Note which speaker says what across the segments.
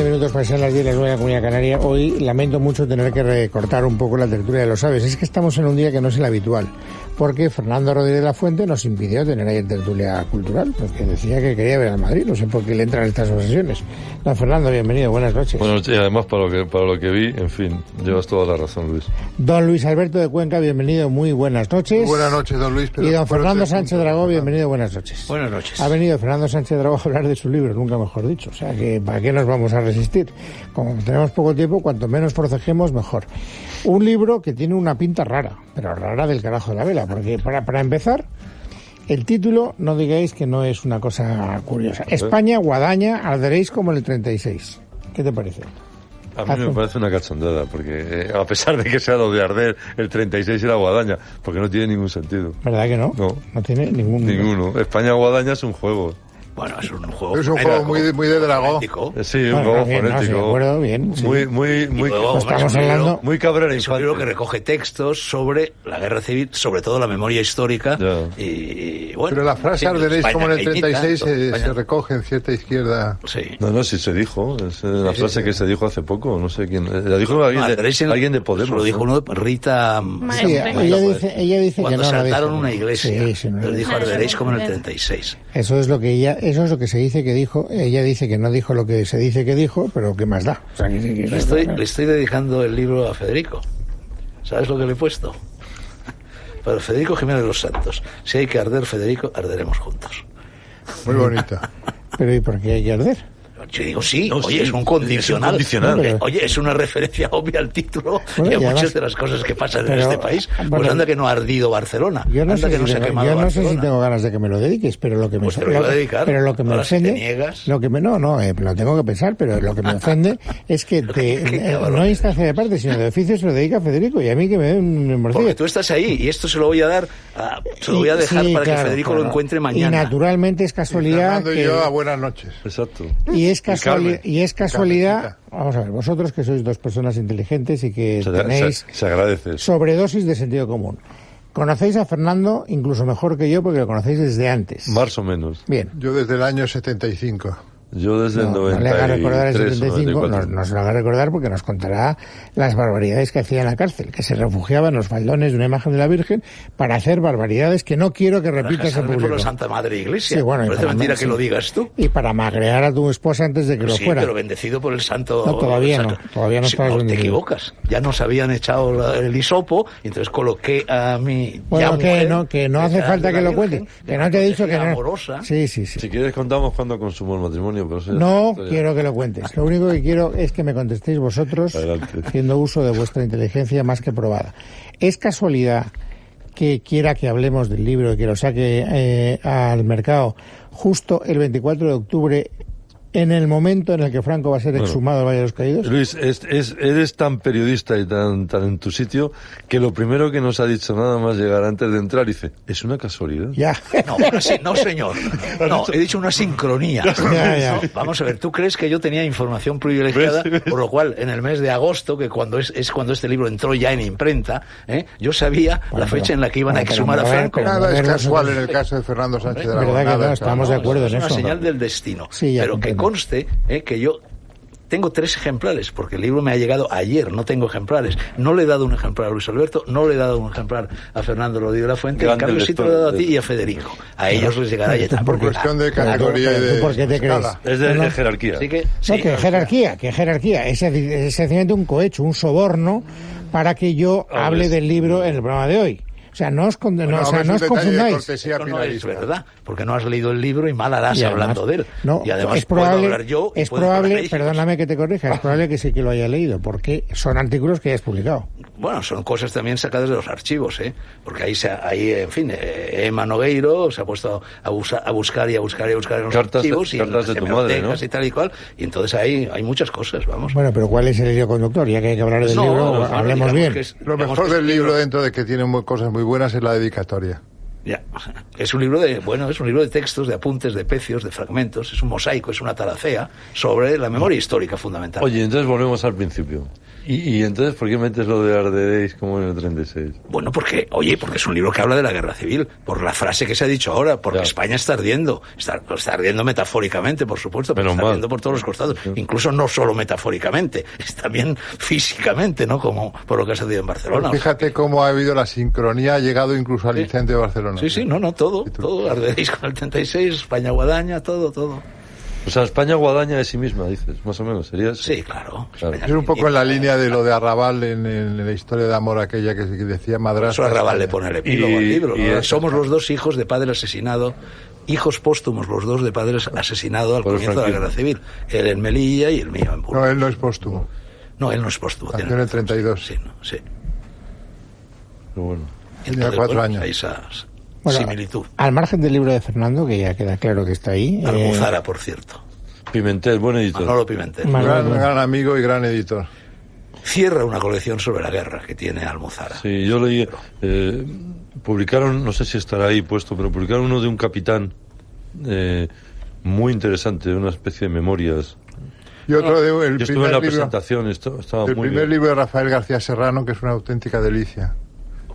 Speaker 1: minutos pasan las 10 de la nueva Comunidad Canaria. Hoy lamento mucho tener que recortar un poco la tertulia de los aves. Es que estamos en un día que no es el habitual, porque Fernando Rodríguez de la Fuente nos impidió tener ayer tertulia cultural, porque decía que quería ver al Madrid. No sé por qué le entran estas obsesiones. Don Fernando, bienvenido, buenas noches.
Speaker 2: Buenas noches, y además para lo, que, para lo que vi, en fin, llevas toda la razón, Luis.
Speaker 1: Don Luis Alberto de Cuenca, bienvenido, muy buenas noches.
Speaker 3: Buenas noches, don Luis.
Speaker 1: Y don Fernando Sánchez Dragó, bienvenido, buenas noches.
Speaker 4: Buenas noches.
Speaker 1: Ha venido Fernando Sánchez Dragó a hablar de su libro, nunca mejor dicho. O sea, que ¿para qué nos vamos a resistir? Como tenemos poco tiempo, cuanto menos forcejemos, mejor. Un libro que tiene una pinta rara, pero rara del carajo de la vela, porque para, para empezar, el título no digáis que no es una cosa curiosa. España, guadaña, arderéis como en el 36. ¿Qué te parece?
Speaker 2: A mí me parece una cachondada, porque eh, a pesar de que sea lo de arder, el 36 era guadaña, porque no tiene ningún sentido.
Speaker 1: ¿Verdad que no?
Speaker 2: No.
Speaker 1: No tiene ningún...
Speaker 2: Ninguno. España guadaña es un juego.
Speaker 4: Bueno, es un juego.
Speaker 3: Es un juego muy de- muy de dragón.
Speaker 4: dramático.
Speaker 2: Eh, Sí, un
Speaker 1: Bueno,
Speaker 2: juego
Speaker 1: bien, no, sí,
Speaker 2: fonético.
Speaker 1: de acuerdo, bien, sí.
Speaker 2: Muy, muy,
Speaker 4: Y
Speaker 2: muy,
Speaker 4: luego,
Speaker 1: estamos
Speaker 4: es un libro-
Speaker 1: hablando-
Speaker 2: muy cabrera
Speaker 4: Es un libro que
Speaker 2: infantil.
Speaker 4: recoge textos sobre la guerra civil, sobre todo la memoria histórica.
Speaker 2: Ya.
Speaker 4: Y, y bueno,
Speaker 3: Pero la frase
Speaker 4: sí,
Speaker 3: arderéis
Speaker 4: España
Speaker 3: como en el
Speaker 4: que imita,
Speaker 3: 36 se,
Speaker 4: España-
Speaker 3: se recoge en cierta izquierda.
Speaker 4: Sí.
Speaker 2: No, no, sí se dijo. Es eh, la frase que se dijo hace poco. No sé quién. eh, La
Speaker 1: Ah,
Speaker 2: dijo alguien, de-
Speaker 4: Arderéis en el-
Speaker 2: alguien de
Speaker 4: se
Speaker 2: Podemos.
Speaker 4: Lo dijo
Speaker 2: ¿no?
Speaker 4: uno de Rita.
Speaker 1: Sí,
Speaker 5: Maestre.
Speaker 4: Rita
Speaker 1: ella
Speaker 4: Moreno.
Speaker 1: dice, ella dice que
Speaker 4: Cuando
Speaker 1: no, no
Speaker 4: saltaron
Speaker 1: dice.
Speaker 4: una iglesia,
Speaker 1: Sí, sí, no
Speaker 4: les
Speaker 1: dice.
Speaker 4: dijo
Speaker 5: Ah,
Speaker 4: arderéis
Speaker 5: sí,
Speaker 4: como en el
Speaker 5: sí.
Speaker 4: 36.
Speaker 1: Eso es lo que ella, eso es lo que se dice que dijo. Ella dice que no dijo lo que se dice que dijo, pero qué más da. O sea, que- que-
Speaker 4: Le estoy, le estoy dedicando el libro a Federico. ¿Sabes lo que le he puesto? Para Federico Jiménez de los Santos. Si hay que arder, Federico, arderemos juntos.
Speaker 3: Muy bonita.
Speaker 1: Pero ¿y por qué hay que arder?
Speaker 4: Yo digo, sí,
Speaker 2: No,
Speaker 4: oye,
Speaker 2: sí,
Speaker 4: es un condicional.
Speaker 2: es un condicional.
Speaker 4: Eh, Oye, es una referencia obvia al título
Speaker 1: Bueno,
Speaker 4: y a
Speaker 1: y además-
Speaker 4: muchas de las cosas que pasan
Speaker 1: pero,
Speaker 4: en este país. pues
Speaker 1: bueno,
Speaker 4: anda que no ha ardido Barcelona.
Speaker 1: Yo no, sé,
Speaker 4: anda que
Speaker 1: si
Speaker 4: no se ha
Speaker 1: tengo,
Speaker 4: quemado
Speaker 1: yo no sé
Speaker 4: Barcelona.
Speaker 1: si tengo ganas de que me lo dediques, pero lo que me,
Speaker 4: Pues te lo iba a dedicar.
Speaker 1: pero lo que me
Speaker 4: Ahora, si te
Speaker 1: ofende,
Speaker 4: niegas.
Speaker 1: lo que me, no, no, eh, lo tengo que pensar, pero lo que me ofende es que te,
Speaker 4: Qué
Speaker 1: eh,
Speaker 4: cabrón
Speaker 1: no hay
Speaker 4: eres.
Speaker 1: instancia de parte, sino de oficio se lo dedica a Federico y a mí que me den un
Speaker 4: Porque tú estás ahí y esto se lo voy a dar, a- se lo voy a dejar para que Federico lo encuentre
Speaker 1: Y
Speaker 4: mañana.
Speaker 1: naturalmente es casualidad
Speaker 3: Fernando
Speaker 1: que,
Speaker 3: y yo a buenas noches.
Speaker 2: Exacto.
Speaker 1: Y es, casuali-
Speaker 2: Carmen.
Speaker 1: y es casualidad,
Speaker 3: Carmencita.
Speaker 1: vamos a ver, vosotros que sois dos personas inteligentes y que
Speaker 2: Se, se-
Speaker 1: tenéis
Speaker 2: se agradece. eso.
Speaker 1: sobredosis de sentido común. Conocéis a Fernando incluso mejor que yo porque lo conocéis desde antes.
Speaker 2: Más o menos.
Speaker 1: Bien.
Speaker 3: Yo desde el año 75.
Speaker 2: Yo desde
Speaker 1: No,
Speaker 2: el
Speaker 1: no le haga recordar el
Speaker 2: 93 o
Speaker 1: 75,
Speaker 2: 94.
Speaker 1: nos, nos lo haga recordar porque nos contará las barbaridades que hacía en la cárcel, que se refugiaba en los faldones de una imagen de la Virgen para hacer barbaridades que no quiero que repitas en
Speaker 4: Casarme por
Speaker 1: público.
Speaker 4: la Santa Madre Iglesia.
Speaker 1: Sí, bueno, y
Speaker 4: Parece
Speaker 1: para-
Speaker 4: mentira
Speaker 1: sí.
Speaker 4: que lo digas tú.
Speaker 1: Y para magrear a tu esposa antes de que lo
Speaker 4: sí,
Speaker 1: fuera.
Speaker 4: pero bendecido por el santo.
Speaker 1: No, todavía
Speaker 4: el santo-
Speaker 1: no, todavía no
Speaker 4: Sí,
Speaker 1: estabas
Speaker 4: te
Speaker 1: bendecido.
Speaker 4: equivocas. Ya nos habían echado la- el hisopo, y entonces coloqué a mi. ya
Speaker 1: Bueno, que
Speaker 4: mujer,
Speaker 1: no, que no hace
Speaker 4: detrás
Speaker 1: falta
Speaker 4: de la
Speaker 1: que lo
Speaker 4: Virgen,
Speaker 1: cuentes. Que
Speaker 4: me
Speaker 1: no te he dicho que
Speaker 4: protegía
Speaker 1: no.
Speaker 4: Amorosa.
Speaker 1: Sí, sí, sí.
Speaker 2: Si quieres contamos cuando consumó el matrimonio. Pero eso ya es
Speaker 1: No
Speaker 2: otra historia.
Speaker 1: quiero que lo cuentes. Lo único que quiero es que me contestéis vosotros,
Speaker 2: Adelante.
Speaker 1: haciendo uso de vuestra inteligencia más que probada. ¿Es casualidad que quiera que hablemos del libro y que lo saque eh, al mercado justo el 24 de octubre, en el momento en el que Franco va a ser exhumado al Valle de los Caídos?
Speaker 2: Luis, es- es- eres tan periodista y tan, tan en tu sitio que lo primero que nos ha dicho nada más llegar antes de entrar dice, es una casualidad.
Speaker 1: Ya.
Speaker 4: No, bueno, sí, no, señor. No, he dicho una sincronía.
Speaker 1: Ya, ya.
Speaker 4: Vamos a ver, ¿tú crees que yo tenía información privilegiada?
Speaker 2: ¿Ves?
Speaker 4: Por lo cual, en el mes de agosto, que cuando es, es cuando este libro entró ya en imprenta, ¿eh? yo sabía
Speaker 1: Bueno,
Speaker 4: la fecha
Speaker 1: pero-
Speaker 4: en la que iban a
Speaker 1: bueno, pero
Speaker 4: exhumar a
Speaker 1: vamos a ver,
Speaker 4: Franco.
Speaker 1: pero-
Speaker 3: Nada es
Speaker 1: Pero
Speaker 3: casual
Speaker 1: nosotros-
Speaker 3: en el caso de Fernando Sánchez de Aragón.
Speaker 1: ¿Verdad que
Speaker 3: nada
Speaker 1: no?
Speaker 3: es
Speaker 1: Estamos de
Speaker 3: casual.
Speaker 1: acuerdo en
Speaker 4: es
Speaker 1: eso.
Speaker 4: una señal del destino.
Speaker 1: Sí, ya te
Speaker 4: pero que
Speaker 1: entiendo.
Speaker 4: conste eh, que yo tengo tres ejemplares, porque el libro me ha llegado ayer, no tengo ejemplares. No le he dado un ejemplar a Luis Alberto, no le he dado un ejemplar a Fernando Rodríguez de la Fuente, en
Speaker 2: Grande
Speaker 4: cambio sí te lo he dado a ti y a Federico. A ellos les llegará ya
Speaker 3: Por cuestión de categoría y
Speaker 1: Pero
Speaker 3: de
Speaker 1: ¿tú ¿Por qué te crees?
Speaker 3: escala.
Speaker 2: Es de,
Speaker 1: No, no.
Speaker 2: de jerarquía.
Speaker 4: Así que,
Speaker 1: No,
Speaker 4: sí,
Speaker 1: que jerarquía, que jerarquía. Es, sencill- es sencillamente un cohecho, un soborno para que yo hable
Speaker 2: es-
Speaker 1: del libro en el programa de hoy. O sea, no os, con- no,
Speaker 3: Bueno,
Speaker 1: o sea,
Speaker 3: es
Speaker 1: no
Speaker 3: un
Speaker 1: os
Speaker 3: detalle de
Speaker 1: confundáis.
Speaker 3: cortesía
Speaker 4: Eso no es
Speaker 3: finalista.
Speaker 4: verdad, porque no has leído el libro y mal harás
Speaker 1: Y además-
Speaker 4: hablando de él.
Speaker 1: No,
Speaker 4: y además
Speaker 1: es probable,
Speaker 4: puedo hablar yo y
Speaker 1: es
Speaker 4: puedes hablar
Speaker 1: probable
Speaker 4: ellos.
Speaker 1: perdóname que te corrija, es probable que sí que lo haya leído, porque son artículos que hayas publicado.
Speaker 4: Bueno, son cosas también sacadas de los archivos, ¿eh? Porque ahí, se ha- ahí en fin, eh, Emma Nogueiro se ha puesto a, busa- a buscar y a buscar y a buscar en los
Speaker 2: Cartas de-
Speaker 4: archivos y en
Speaker 2: cartas
Speaker 4: las
Speaker 2: de tu madre,
Speaker 4: hemerotecas
Speaker 2: ¿no?
Speaker 4: y tal y cual. Y entonces ahí hay muchas cosas, vamos.
Speaker 1: Bueno, pero ¿cuál es el hilo conductor? Ya que hay que hablar del
Speaker 4: Pues No,
Speaker 1: libro,
Speaker 4: no, no,
Speaker 1: hablemos
Speaker 4: digamos
Speaker 1: bien.
Speaker 4: que es-
Speaker 3: Lo
Speaker 4: digamos
Speaker 3: mejor
Speaker 4: que es
Speaker 3: del
Speaker 4: un
Speaker 3: libro, dentro de que tiene muy- cosas muy buenas, es la dedicatoria.
Speaker 4: Ya. Es un libro de, bueno, es un libro de textos, de apuntes, de pecios, de fragmentos, es un mosaico, es una taracea sobre la memoria histórica fundamental.
Speaker 2: Oye, entonces volvemos al principio. Y, y entonces, ¿por qué metes lo de Arderéis como en el 36?
Speaker 4: Bueno, porque, oye, porque es un libro que habla de la guerra civil, por la frase que se ha dicho ahora, porque
Speaker 2: Ya.
Speaker 4: España está ardiendo, está, está ardiendo metafóricamente, por supuesto, pero
Speaker 2: Menos
Speaker 4: está
Speaker 2: mal.
Speaker 4: ardiendo por todos los costados, incluso no solo metafóricamente, es también físicamente, ¿no? Como por lo que ha sucedido en Barcelona.
Speaker 3: Fíjate cómo ha habido la sincronía, ha llegado incluso al
Speaker 4: Sí.
Speaker 3: incendio de Barcelona.
Speaker 4: Sí, sí, no, no, todo,
Speaker 3: ¿Y tú?
Speaker 4: todo, Arderéis con el 36, España Guadaña, todo, todo.
Speaker 2: O sea, España guadaña de sí misma, dices, más o menos. Sería
Speaker 4: Sí, claro.
Speaker 2: Claro.
Speaker 3: Es un poco en la línea de lo de Arrabal en, en la historia de amor aquella que decía
Speaker 4: Eso
Speaker 3: madrastra.
Speaker 4: Arrabal le pone el epílogo
Speaker 2: Y-
Speaker 4: al libro.
Speaker 2: y
Speaker 4: ¿no?
Speaker 2: es-
Speaker 4: Somos los dos hijos de padre asesinado, hijos póstumos los dos de padres asesinados al
Speaker 2: Por el
Speaker 4: comienzo de la
Speaker 2: franquismo.
Speaker 4: guerra civil. Él en Melilla y el mío en Burgos.
Speaker 3: No, eh, él no es póstumo.
Speaker 4: No, él no es póstumo.
Speaker 3: Nació
Speaker 4: tiene-
Speaker 3: en el 32.
Speaker 4: Sí, no, sí.
Speaker 2: Pero bueno.
Speaker 3: Tenía
Speaker 4: Entonces,
Speaker 3: cuatro
Speaker 4: bueno,
Speaker 3: años.
Speaker 4: Hay esa s-
Speaker 1: Bueno,
Speaker 4: similitud.
Speaker 1: Al margen del libro de Fernando, que ya queda claro que está ahí. eh,
Speaker 4: Almuzara, por cierto.
Speaker 2: Pimentel, buen editor.
Speaker 4: Manolo Pimentel.
Speaker 1: Manolo.
Speaker 3: Gran, gran amigo y gran editor.
Speaker 4: Cierra una colección sobre la guerra que tiene Almuzara.
Speaker 2: Sí, yo leí. eh, publicaron, no sé si estará ahí puesto, pero publicaron uno de un capitán eh, muy interesante, una especie de memorias.
Speaker 3: Y otro de el
Speaker 2: yo estuve en la
Speaker 3: primer libro.
Speaker 2: presentación, esto- estaba
Speaker 3: El
Speaker 2: muy
Speaker 3: primer
Speaker 2: bien.
Speaker 3: libro de Rafael García Serrano, que es una auténtica delicia.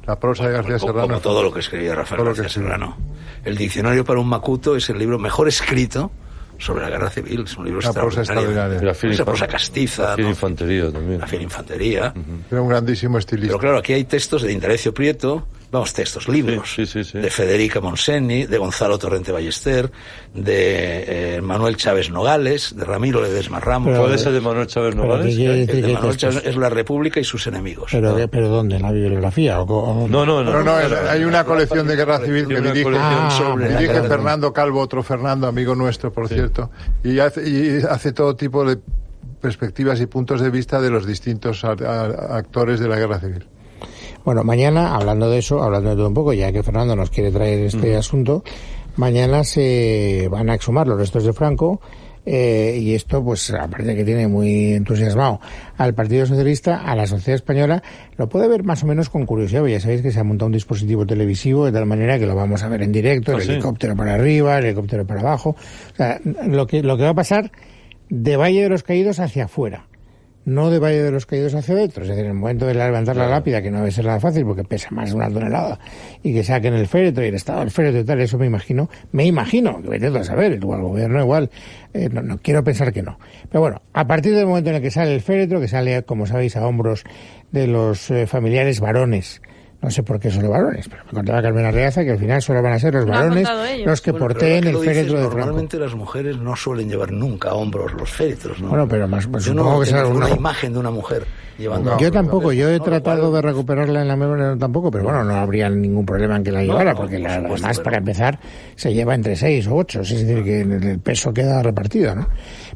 Speaker 3: La prosa de García
Speaker 4: como,
Speaker 3: Serrano.
Speaker 4: Pues como todo lo que escribió Rafael
Speaker 3: Todo lo que
Speaker 4: García
Speaker 3: escribió.
Speaker 4: Serrano. El diccionario para un macuto es el libro mejor escrito sobre la guerra civil. Es un libro
Speaker 3: Una prosa
Speaker 4: extraordinario.
Speaker 3: extraordinaria.
Speaker 2: La fiel
Speaker 4: Esa
Speaker 2: infan-
Speaker 4: prosa castiza,
Speaker 2: la fiel
Speaker 4: ¿no?
Speaker 2: infantería también.
Speaker 4: La fiel infantería.
Speaker 3: Era un grandísimo estilista.
Speaker 4: Pero claro, aquí hay textos de Indalecio Prieto, vamos, textos, libros,
Speaker 2: Sí, sí, sí, sí.
Speaker 4: de Federica Monsenni, de Gonzalo Torrente Ballester, de eh, Manuel Chávez Nogales, de Ramiro Ledesma Ramos.
Speaker 2: ¿Cuál es el de Manuel Chávez
Speaker 1: Pero
Speaker 2: Nogales?
Speaker 1: que yo-
Speaker 4: El
Speaker 1: ¿Qué-
Speaker 4: de
Speaker 1: qué
Speaker 4: Manuel
Speaker 1: textos?
Speaker 4: Chávez es la República y sus enemigos.
Speaker 1: Pero, pero ¿dónde? ¿En la bibliografía? ¿O, co- o-
Speaker 2: No, no, no.
Speaker 3: No, no, hay una colección de guerra civil que
Speaker 2: Una
Speaker 3: dirige,
Speaker 2: colección
Speaker 1: Ah,
Speaker 2: sobre la
Speaker 3: dirige
Speaker 2: guerra.
Speaker 3: Fernando Calvo, otro Fernando, amigo nuestro, por cierto, y hace, y hace todo tipo de perspectivas y puntos de vista de los distintos a- a- actores de la guerra civil.
Speaker 1: Bueno, mañana, hablando de eso, hablando de todo un poco, ya que Fernando nos quiere traer este asunento, mañana se van a exhumar los restos de Franco. eh, y esto, pues, aparte que tiene muy entusiasmado al Partido Socialista, a la sociedad española, lo puede ver más o menos con curiosidad, porque ya sabéis que se ha montado un dispositivo televisivo de tal manera que lo vamos a ver en directo,
Speaker 2: Ah,
Speaker 1: el
Speaker 2: sí.
Speaker 1: helicóptero para arriba, el helicóptero para abajo, o sea, lo que, lo que va a pasar de Valle de los Caídos hacia afuera no de Valle de los Caídos hacia adentro. Es decir, en el momento de levantar la lápida, que no debe ser nada fácil porque pesa más de una tonelada, y que saquen el féretro y el estado del féretro y tal, eso me imagino, me imagino, que vete tú a saber, igual gobierno, igual, eh, no, no quiero pensar que no. Pero bueno, a partir del momento en el que sale el féretro, que sale, como sabéis, a hombros de los eh, familiares varones, no sé por qué solo varones, pero me contaba Carmen Arreaza que al final solo van a ser los
Speaker 5: Lo han
Speaker 1: varones
Speaker 5: contado ellos.
Speaker 1: los que
Speaker 5: Bueno,
Speaker 4: Pero ahora
Speaker 1: porteen
Speaker 4: que
Speaker 1: el
Speaker 4: lo dices,
Speaker 1: féretro de Franco.
Speaker 4: Normalmente las mujeres no suelen llevar nunca a hombros los féretros, ¿no?
Speaker 1: Bueno, pero más- pues
Speaker 4: Yo
Speaker 1: supongo
Speaker 4: no
Speaker 1: que será
Speaker 4: tengo
Speaker 1: alguna-
Speaker 4: una imagen de una mujer llevando a
Speaker 1: yo
Speaker 4: hombros,
Speaker 1: tampoco,
Speaker 4: ¿sabes?
Speaker 1: yo he
Speaker 4: No, lo
Speaker 1: tratado
Speaker 4: cual-
Speaker 1: de recuperarla en la memoria no, tampoco, pero bueno, no habría ningún problema en que la llevara,
Speaker 4: no,
Speaker 1: porque
Speaker 4: por
Speaker 1: la,
Speaker 4: supuesto,
Speaker 1: además,
Speaker 4: pero-
Speaker 1: para empezar, se lleva entre seis o ocho, es decir, que el el peso queda repartido, ¿no?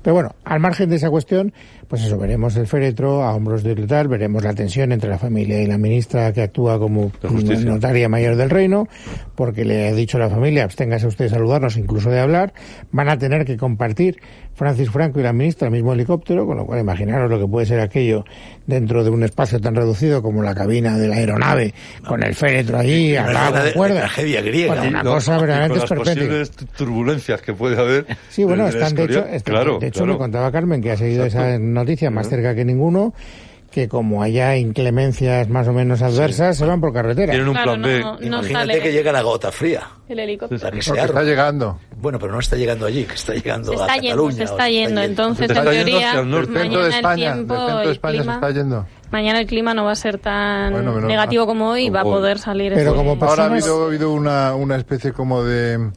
Speaker 1: Pero bueno, al margen de esa cuestión, pues eso, veremos el féretro a hombros de tal, veremos la tensión entre la familia y la ministra que actúa como
Speaker 2: De justicia.
Speaker 1: notaria mayor del reino, porque le ha dicho a la familia, absténgase usted de saludarnos, incluso de hablar, van a tener que compartir Francis Franco y la ministra el mismo helicóptero, con lo cual imaginaros lo que puede ser aquello dentro de un espacio tan reducido como la cabina de la aeronave, con el féretro allí,
Speaker 4: Una
Speaker 1: atado
Speaker 4: escena
Speaker 1: con
Speaker 4: de- de
Speaker 1: cuerdas.
Speaker 4: tragedia griega,
Speaker 1: Bueno, una
Speaker 2: No,
Speaker 1: cosa
Speaker 2: y
Speaker 1: verdaderamente
Speaker 2: con las
Speaker 1: esperpéntica.
Speaker 2: posibles tu- turbulencias que puede haber.
Speaker 1: Sí, bueno,
Speaker 2: desde el
Speaker 1: están de hecho,
Speaker 2: Escorial.
Speaker 1: están-
Speaker 2: claro,
Speaker 1: de hecho
Speaker 2: claro.
Speaker 1: me contaba Carmen que ha seguido
Speaker 2: Exacto.
Speaker 1: esa noticia más cerca que ninguno, que como haya inclemencias más o menos adversas, se van por carretera.
Speaker 2: Tienen un
Speaker 5: Claro,
Speaker 2: plan B.
Speaker 5: no, no
Speaker 4: Imagínate
Speaker 5: sale.
Speaker 4: que llega la gota fría.
Speaker 5: El
Speaker 1: Pues
Speaker 5: helicóptero.
Speaker 4: La que se
Speaker 3: Porque está
Speaker 4: arma.
Speaker 3: llegando.
Speaker 4: Bueno, pero no está llegando allí, que está llegando
Speaker 5: Se
Speaker 4: a
Speaker 5: está yendo,
Speaker 4: Cataluña.
Speaker 5: se
Speaker 4: o
Speaker 5: está yendo. Entonces,
Speaker 2: Se
Speaker 5: en
Speaker 2: está yendo
Speaker 5: teoría,
Speaker 2: hacia el norte.
Speaker 3: El centro
Speaker 5: mañana
Speaker 3: de
Speaker 5: el
Speaker 3: España, el
Speaker 5: tiempo
Speaker 3: centro de
Speaker 5: y
Speaker 3: España se
Speaker 5: clima-
Speaker 3: está yendo.
Speaker 5: mañana el clima no va a ser tan
Speaker 3: Bueno, menos-
Speaker 5: negativo como hoy y va a
Speaker 2: Como hoy.
Speaker 5: poder salir.
Speaker 1: Pero
Speaker 5: ese-
Speaker 1: como pasa-
Speaker 3: Ahora ha
Speaker 1: Personas-
Speaker 3: habido, ha habido una, una especie como de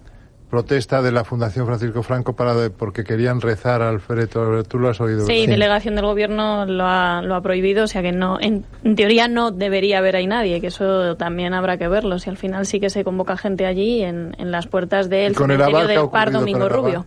Speaker 3: protesta de la Fundación Francisco Franco para de- porque querían rezar al féretro. Tú lo has oído.
Speaker 5: Sí,
Speaker 3: ¿verdad?
Speaker 5: delegación del gobierno lo ha, lo ha prohibido, o sea que no, en, en teoría no debería haber ahí nadie, que eso también habrá que verlo. Si al final sí que se convoca gente allí en, en las puertas
Speaker 3: ¿Y
Speaker 5: del
Speaker 3: con el
Speaker 5: cementerio
Speaker 3: Abad qué ha
Speaker 5: del Par
Speaker 3: ocurrido
Speaker 5: Domingo
Speaker 3: con el Abad?
Speaker 5: Rubio.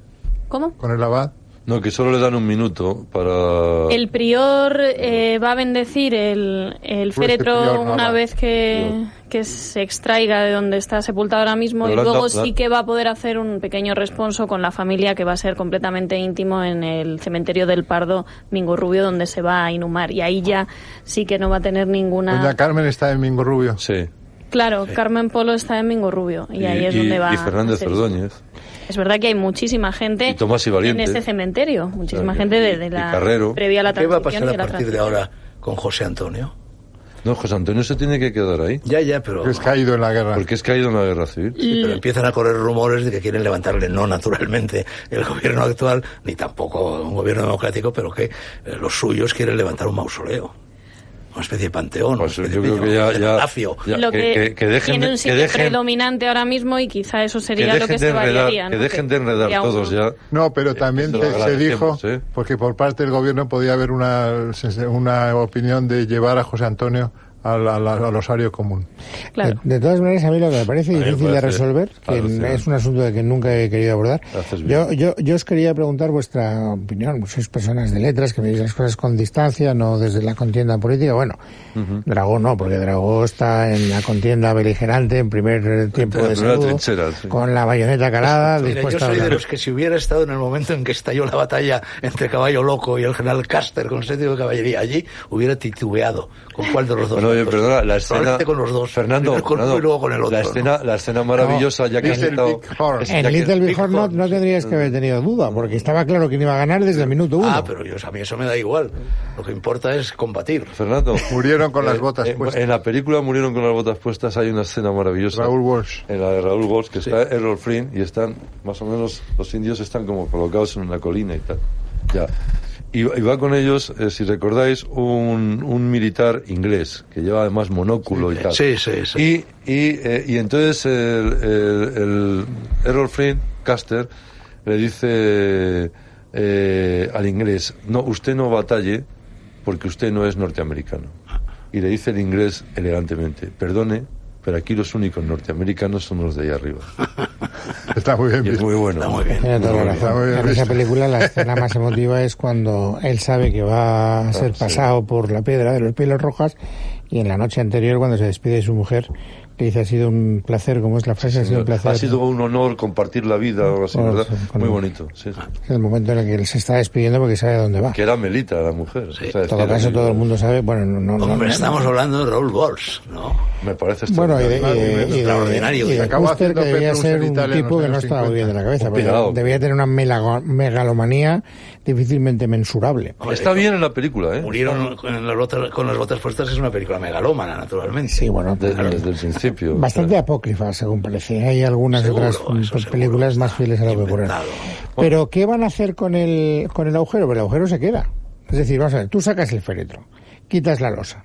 Speaker 5: ¿Cómo?
Speaker 3: Con el abad.
Speaker 2: No, que solo le dan un minuto para...
Speaker 5: El prior eh, va a bendecir el,
Speaker 3: Pues
Speaker 5: el
Speaker 3: este
Speaker 5: féretro
Speaker 3: prior no
Speaker 5: una
Speaker 3: habla.
Speaker 5: vez que, que se extraiga de donde está sepultado ahora mismo
Speaker 2: Pero
Speaker 5: y
Speaker 2: lo han
Speaker 5: luego
Speaker 2: dado-
Speaker 5: sí que va a poder hacer un pequeño responso con la familia que va a ser completamente íntimo en el cementerio del Pardo Mingo Rubio donde se va a inhumar y ahí ya sí que no va a tener
Speaker 3: Doña
Speaker 5: ninguna...
Speaker 3: Carmen está en Mingo Rubio.
Speaker 2: Sí.
Speaker 5: Claro, Carmen Polo está en Mingo Rubio y, ahí es
Speaker 2: y-
Speaker 5: donde va...
Speaker 2: y
Speaker 5: a
Speaker 2: Fernández
Speaker 5: hacer-
Speaker 2: Ordóñez.
Speaker 5: Es verdad que hay muchísima gente
Speaker 2: Y Tomás y Valiente.
Speaker 5: en este cementerio, muchísima
Speaker 2: Claro,
Speaker 5: gente
Speaker 2: y-
Speaker 5: de, de
Speaker 2: y
Speaker 5: la
Speaker 2: Carrero.
Speaker 5: previa a la
Speaker 4: ¿Qué va a
Speaker 5: transición
Speaker 4: pasar
Speaker 5: y
Speaker 4: a
Speaker 5: la
Speaker 4: partir de
Speaker 5: transición.
Speaker 4: ahora con José Antonio.
Speaker 2: No, José Antonio se tiene que quedar ahí.
Speaker 4: Ya, ya, pero...
Speaker 3: Que es caído en la guerra.
Speaker 2: Porque es caído en la guerra civil.
Speaker 4: Sí, pero empiezan a correr rumores de que quieren levantarle, no naturalmente el gobierno actual, ni tampoco un gobierno democrático, pero que eh, los suyos quieren levantar un mausoleo. Una especie de panteón,
Speaker 2: Pues
Speaker 4: una
Speaker 2: yo
Speaker 4: especie
Speaker 2: creo
Speaker 4: de
Speaker 2: que ya- ya-
Speaker 4: epitafio.
Speaker 2: ya-
Speaker 5: lo
Speaker 2: que-
Speaker 5: que,
Speaker 2: que- que dejen
Speaker 5: tiene
Speaker 2: de-
Speaker 5: un
Speaker 2: que
Speaker 5: sitio
Speaker 2: dejen-
Speaker 5: predominante ahora mismo y quizá eso sería lo que
Speaker 2: de
Speaker 5: se
Speaker 2: enredar,
Speaker 5: variaría. ¿no?
Speaker 2: que dejen de enredar
Speaker 5: que aún-
Speaker 2: todos ya.
Speaker 3: No, pero también
Speaker 2: Eso
Speaker 3: te-
Speaker 2: lo
Speaker 3: se dijo,
Speaker 2: agradecemos, ¿eh?
Speaker 3: porque por parte del gobierno podía haber una, una opinión de llevar a José Antonio al, al- al osario común.
Speaker 5: Claro.
Speaker 1: De, de todas maneras, a mí lo que me parece
Speaker 2: A mí me
Speaker 1: difícil de
Speaker 2: parece
Speaker 1: resolver, que
Speaker 2: alucinante.
Speaker 1: es un asunto del que nunca he querido abordar,
Speaker 2: Haces bien.
Speaker 1: yo, yo, yo os quería preguntar vuestra opinión. Sois personas de letras que veis las cosas con distancia, no desde la contienda política. Bueno, Dragó no, porque Dragó está en la contienda beligerante, en primer eh, tiempo
Speaker 2: la
Speaker 1: de
Speaker 2: primera
Speaker 1: saludo,
Speaker 2: trinchera, sí.
Speaker 1: con la bayoneta calada,
Speaker 4: Mira, yo
Speaker 1: dispuesta a
Speaker 4: soy de
Speaker 1: hablar.
Speaker 4: los que si hubiera estado en el momento en que estalló la batalla entre Caballo Loco y el general Caster con sentido de caballería allí, hubiera titubeado. ¿Con cuál de los dos?
Speaker 2: Bueno, oye,
Speaker 4: bandos?
Speaker 2: perdona, la escena.
Speaker 4: Probablemente con los dos.
Speaker 2: Fernando,
Speaker 4: Primero con
Speaker 2: Fernando,
Speaker 4: uno y luego con el otro.
Speaker 2: La
Speaker 4: ¿no?
Speaker 2: escena, la escena maravillosa, ya que has
Speaker 3: Little
Speaker 2: citado.
Speaker 3: Big Horn.
Speaker 2: es- ya
Speaker 1: En
Speaker 2: que-
Speaker 1: Little Big Horn no,
Speaker 4: Horn,
Speaker 1: no tendrías que haber tenido duda, porque estaba claro quién iba a ganar desde el minuto uno.
Speaker 4: Ah, pero yo, a mí eso me da igual. Lo que importa es combatir.
Speaker 2: Fernando.
Speaker 3: Murieron con las botas
Speaker 2: en,
Speaker 3: puestas.
Speaker 2: en la película Murieron con las botas puestas hay una escena maravillosa.
Speaker 3: Raúl Walsh.
Speaker 2: En la de Raúl Walsh, que está Errol Flynn y están, más o menos, los indios están como colocados en una colina y tal. Ya. Y, y va con ellos, eh, si recordáis, un, un militar inglés que lleva además monóculo y tal.
Speaker 4: Sí, sí, sí.
Speaker 2: Y, y, eh, y entonces el, el, el Errol Flynn, Caster, le dice eh, al inglés, no, usted no batalle porque usted no es norteamericano. Y le dice el inglés elegantemente, perdone, pero aquí los únicos norteamericanos son los de ahí arriba.
Speaker 3: Está muy bien
Speaker 2: Y es
Speaker 3: visto.
Speaker 2: muy bueno.
Speaker 4: Está muy bien.
Speaker 1: Tiene toda la
Speaker 2: Muy
Speaker 1: razón.
Speaker 2: bien.
Speaker 3: Está muy bien
Speaker 1: En esa
Speaker 3: visto.
Speaker 1: película la escena más emotiva es cuando él sabe que va a ser
Speaker 2: sí.
Speaker 1: pasado por la piedra de los pieles rojas y en la noche anterior cuando se despide de su mujer le dice ha sido un placer, ¿cómo es la frase? Ha sido un placer.
Speaker 2: Ha sido un honor compartir la vida, o algo así,
Speaker 1: Ah,
Speaker 2: ¿verdad?
Speaker 1: sí, con-
Speaker 2: Muy bonito. sí, sí.
Speaker 1: Es el momento en el que él se está despidiendo porque sabe a dónde va.
Speaker 2: Que era Melita la mujer.
Speaker 4: Sí.
Speaker 2: o sea,
Speaker 1: En todo
Speaker 2: era
Speaker 1: caso
Speaker 2: Melita.
Speaker 1: todo el mundo sabe, bueno, no... no, no-
Speaker 4: Hombre,
Speaker 1: no-
Speaker 4: estamos hablando de Raúl Walsh, ¿no?
Speaker 2: Me parece
Speaker 1: Bueno, y de, y
Speaker 2: extraordinario.
Speaker 1: de- y de-
Speaker 4: Extraordinario.
Speaker 1: y de
Speaker 4: Se
Speaker 3: acabó
Speaker 1: Custer, que
Speaker 3: haciendo
Speaker 1: debía
Speaker 3: Petrus
Speaker 1: ser
Speaker 3: en
Speaker 1: un
Speaker 3: Italia en
Speaker 1: tipo
Speaker 3: los
Speaker 1: que no
Speaker 3: años
Speaker 1: estaba bien de la cabeza,
Speaker 2: Un
Speaker 1: porque
Speaker 2: pirado.
Speaker 1: debía tener una melago- megalomanía difícilmente mensurable.
Speaker 2: Está bien en la película, ¿eh?
Speaker 4: Murieron con las botas, con las botas puestas, es una película megalómana, naturalmente.
Speaker 1: Sí, bueno,
Speaker 2: Desde,
Speaker 1: claro.
Speaker 2: desde el principio. o
Speaker 1: Bastante
Speaker 2: sea.
Speaker 1: apócrifa, según parece. Hay algunas
Speaker 4: Seguro,
Speaker 1: otras mm,
Speaker 4: eso
Speaker 1: películas
Speaker 4: seguro.
Speaker 1: más fieles a lo que ocurre.
Speaker 4: Inventado.
Speaker 1: Pero, ¿qué van a hacer con el, con el agujero? Pero el agujero se queda. Es decir, vamos a ver, tú sacas el féretro, quitas la losa.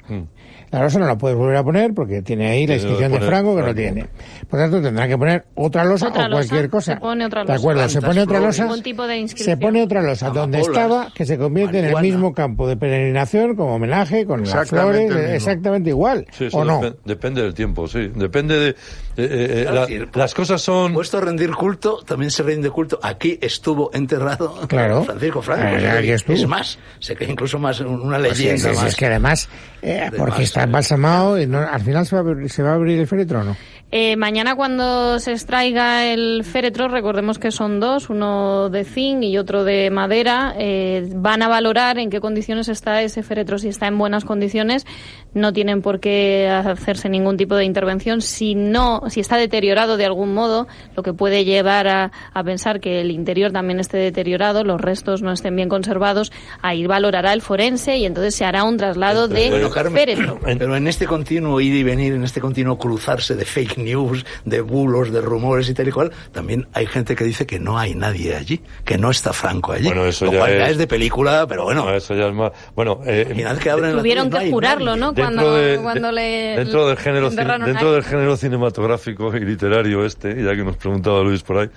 Speaker 1: La losa no la puedes volver a poner porque tiene ahí la
Speaker 2: Tiene que
Speaker 1: inscripción de
Speaker 2: poner
Speaker 1: Franco que no
Speaker 2: Franco.
Speaker 1: tiene. Por tanto, tendrán que poner otra losa
Speaker 5: Otra
Speaker 1: o
Speaker 5: losa,
Speaker 1: cualquier cosa.
Speaker 5: se pone otra
Speaker 1: ¿De
Speaker 5: losa.
Speaker 1: acuerdo? Se
Speaker 4: Plantas,
Speaker 1: pone otra
Speaker 4: flores.
Speaker 1: losa.
Speaker 5: Ningún tipo de
Speaker 1: Se
Speaker 5: inscripción.
Speaker 1: pone otra losa donde
Speaker 4: Amapolas,
Speaker 1: estaba, que se convierte en el
Speaker 4: marihuana.
Speaker 1: mismo campo de peregrinación como homenaje, con las
Speaker 3: Exactamente
Speaker 1: flores,
Speaker 3: el mismo.
Speaker 1: exactamente igual.
Speaker 2: Sí, eso
Speaker 1: ¿O no?
Speaker 2: depe- depende del tiempo, sí. Depende de... eh, eh, eh,
Speaker 4: Claro,
Speaker 2: la-
Speaker 4: sí, el- pues,
Speaker 2: las cosas son...
Speaker 4: Puesto a rendir culto, también se rinde culto. Aquí estuvo enterrado
Speaker 1: Claro.
Speaker 4: Francisco Franco.
Speaker 1: Eh, aquí estuvo.
Speaker 4: Es más, se cree incluso más un- una
Speaker 1: Pues sí,
Speaker 4: leyenda
Speaker 1: sí, sí,
Speaker 4: más.
Speaker 1: es que además, eh,
Speaker 4: De
Speaker 1: porque
Speaker 4: más,
Speaker 1: está
Speaker 4: eh.
Speaker 1: embalsamado, y no- al final se va, a abrir, se va a abrir el féretro o no.
Speaker 5: Eh, mañana cuando se extraiga el féretro, recordemos que son dos, uno de zinc y otro de madera, eh, van a valorar en qué condiciones está ese féretro. Si está en buenas condiciones, no tienen por qué hacerse ningún tipo de intervención. Si no, si está deteriorado de algún modo, lo que puede llevar a, a pensar que el interior también esté deteriorado, los restos no estén bien conservados, ahí valorará el forense y entonces se hará un traslado de
Speaker 4: Bueno, Carmen,
Speaker 5: féretro.
Speaker 4: pero en este continuo ir y venir, en este continuo cruzarse de fake news, de bulos, de rumores y tal y cual, también hay gente que dice que no hay nadie allí, que no está Franco allí.
Speaker 2: Bueno, eso
Speaker 4: Lo
Speaker 2: ya
Speaker 4: cual
Speaker 2: es-
Speaker 4: de película, pero bueno,
Speaker 2: No, eso ya es más... Bueno, eh,
Speaker 4: imaginad que abren la tele
Speaker 5: Tuvieron
Speaker 4: y
Speaker 5: que
Speaker 4: no hay
Speaker 5: jurarlo,
Speaker 4: nadie.
Speaker 5: ¿no?
Speaker 2: dentro,
Speaker 5: Cuando,
Speaker 2: de-
Speaker 5: cuando
Speaker 2: de-
Speaker 5: le.
Speaker 2: dentro del género, cin-
Speaker 5: enterraron
Speaker 2: dentro
Speaker 5: ahí.
Speaker 2: del género cinematográfico y literario este, ya que nos preguntaba Luis por ahí,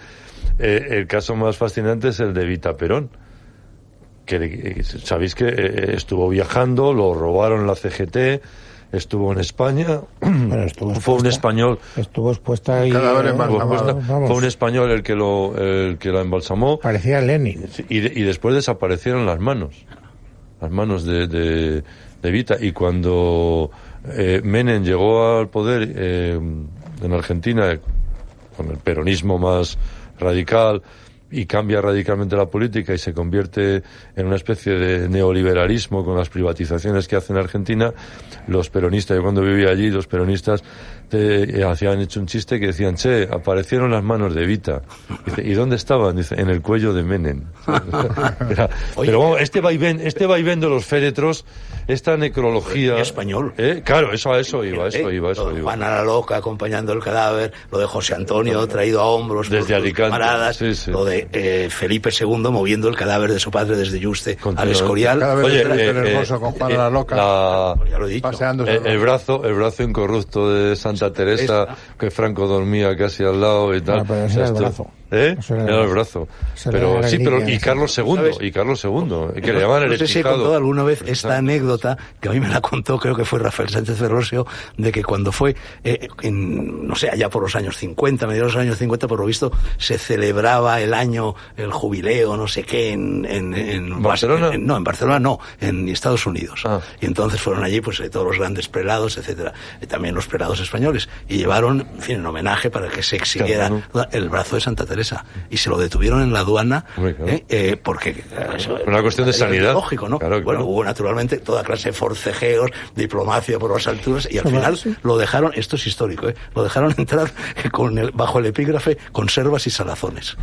Speaker 2: eh, el caso más fascinante es el de Vita Perón. Que, le- eh, sabéis que eh, estuvo viajando, lo robaron la CGT, estuvo en España,
Speaker 1: Mm. Bueno, estuvo
Speaker 2: fue un
Speaker 1: expuesta.
Speaker 2: español
Speaker 1: Estuvo expuesta y.
Speaker 3: Cadáver
Speaker 1: eh,
Speaker 3: embalsamado.
Speaker 1: vamos,
Speaker 2: Pues no,
Speaker 1: vamos,
Speaker 2: fue un español el que lo el que la embalsamó
Speaker 1: Parecía Lenin.
Speaker 2: y, de- y después desaparecieron las manos las manos de, de, de Vita y cuando eh, Menem llegó al poder eh, en Argentina con el peronismo más radical y cambia radicalmente la política y se convierte en una especie de neoliberalismo con las privatizaciones que hace en Argentina, los peronistas, yo cuando vivía allí, los peronistas te, eh, hacían hecho un chiste que decían, che, aparecieron las manos de Evita. Dice, ¿y dónde estaban? Dice, en el cuello de Menem. Era-
Speaker 4: Oye. eh,
Speaker 2: pero vamos, este vaivén, este vaivén de los féretros, esta necrología...
Speaker 4: Pero es español.
Speaker 2: ¿Eh? Claro, eso a eso iba, a eso
Speaker 4: Eh,
Speaker 2: iba, a eso
Speaker 4: lo-
Speaker 2: iba.
Speaker 4: Van a la loca acompañando el cadáver, lo de José Antonio traído a hombros por
Speaker 2: Desde
Speaker 4: sus
Speaker 2: Alicante,
Speaker 4: camaradas,
Speaker 2: sí, sí.
Speaker 4: lo de eh, Felipe II moviendo el cadáver de su padre desde Yuste al
Speaker 2: Continuamente.
Speaker 4: Escorial.
Speaker 3: Cada vez
Speaker 2: Oye,
Speaker 3: es
Speaker 2: eh, eh,
Speaker 3: hermoso con Juana
Speaker 2: eh,
Speaker 3: la Loca.
Speaker 2: la- eh,
Speaker 4: Ya lo he dicho.
Speaker 3: paseándose.
Speaker 2: El, el brazo, el brazo incorrupto de Santa Teresa,
Speaker 4: Teresa.
Speaker 2: que Franco dormía casi al lado y tal.
Speaker 1: Ah, pero ese era el
Speaker 2: esto-
Speaker 1: brazo.
Speaker 2: ¿Eh?
Speaker 1: Ese
Speaker 2: Era el brazo.
Speaker 1: Ese era
Speaker 2: Pero
Speaker 1: la
Speaker 2: sí, pero
Speaker 1: reliquia,
Speaker 2: y
Speaker 1: sí.
Speaker 2: Carlos II,
Speaker 4: ¿Sabes?
Speaker 2: y Carlos II, que le llaman el
Speaker 4: no sé si he
Speaker 2: espijado.
Speaker 4: contado alguna vez esta anécdota que a mí me la contó, creo que fue Rafael Sánchez Ferrosio, de que cuando fue, eh, en, no sé, allá por los años 50, mediados de los años 50, por lo visto, se celebraba el año, el jubileo, no sé qué, en, en, en
Speaker 2: ¿Barcelona?
Speaker 4: en- no, en Barcelona no, en Estados Unidos.
Speaker 2: Ah.
Speaker 4: Y entonces fueron allí, pues, eh, todos los grandes prelados, etcétera, y también los prelados españoles, y llevaron, en fin, en homenaje para que se exigiera
Speaker 2: Claro,
Speaker 4: el brazo de Santa Teresa. Y se lo detuvieron en la aduana,
Speaker 2: Hombre, claro.
Speaker 4: eh, eh, porque... eso-
Speaker 2: Una cuestión de sanidad.
Speaker 4: Lógico, ¿no?
Speaker 2: Claro,
Speaker 4: bueno,
Speaker 2: claro.
Speaker 4: hubo naturalmente toda clase de forcejeos, diplomacia por las alturas y al
Speaker 1: Claro,
Speaker 4: final
Speaker 1: sí.
Speaker 4: lo dejaron, esto es histórico, ¿eh? lo dejaron entrar con el, bajo el epígrafe conservas y salazones.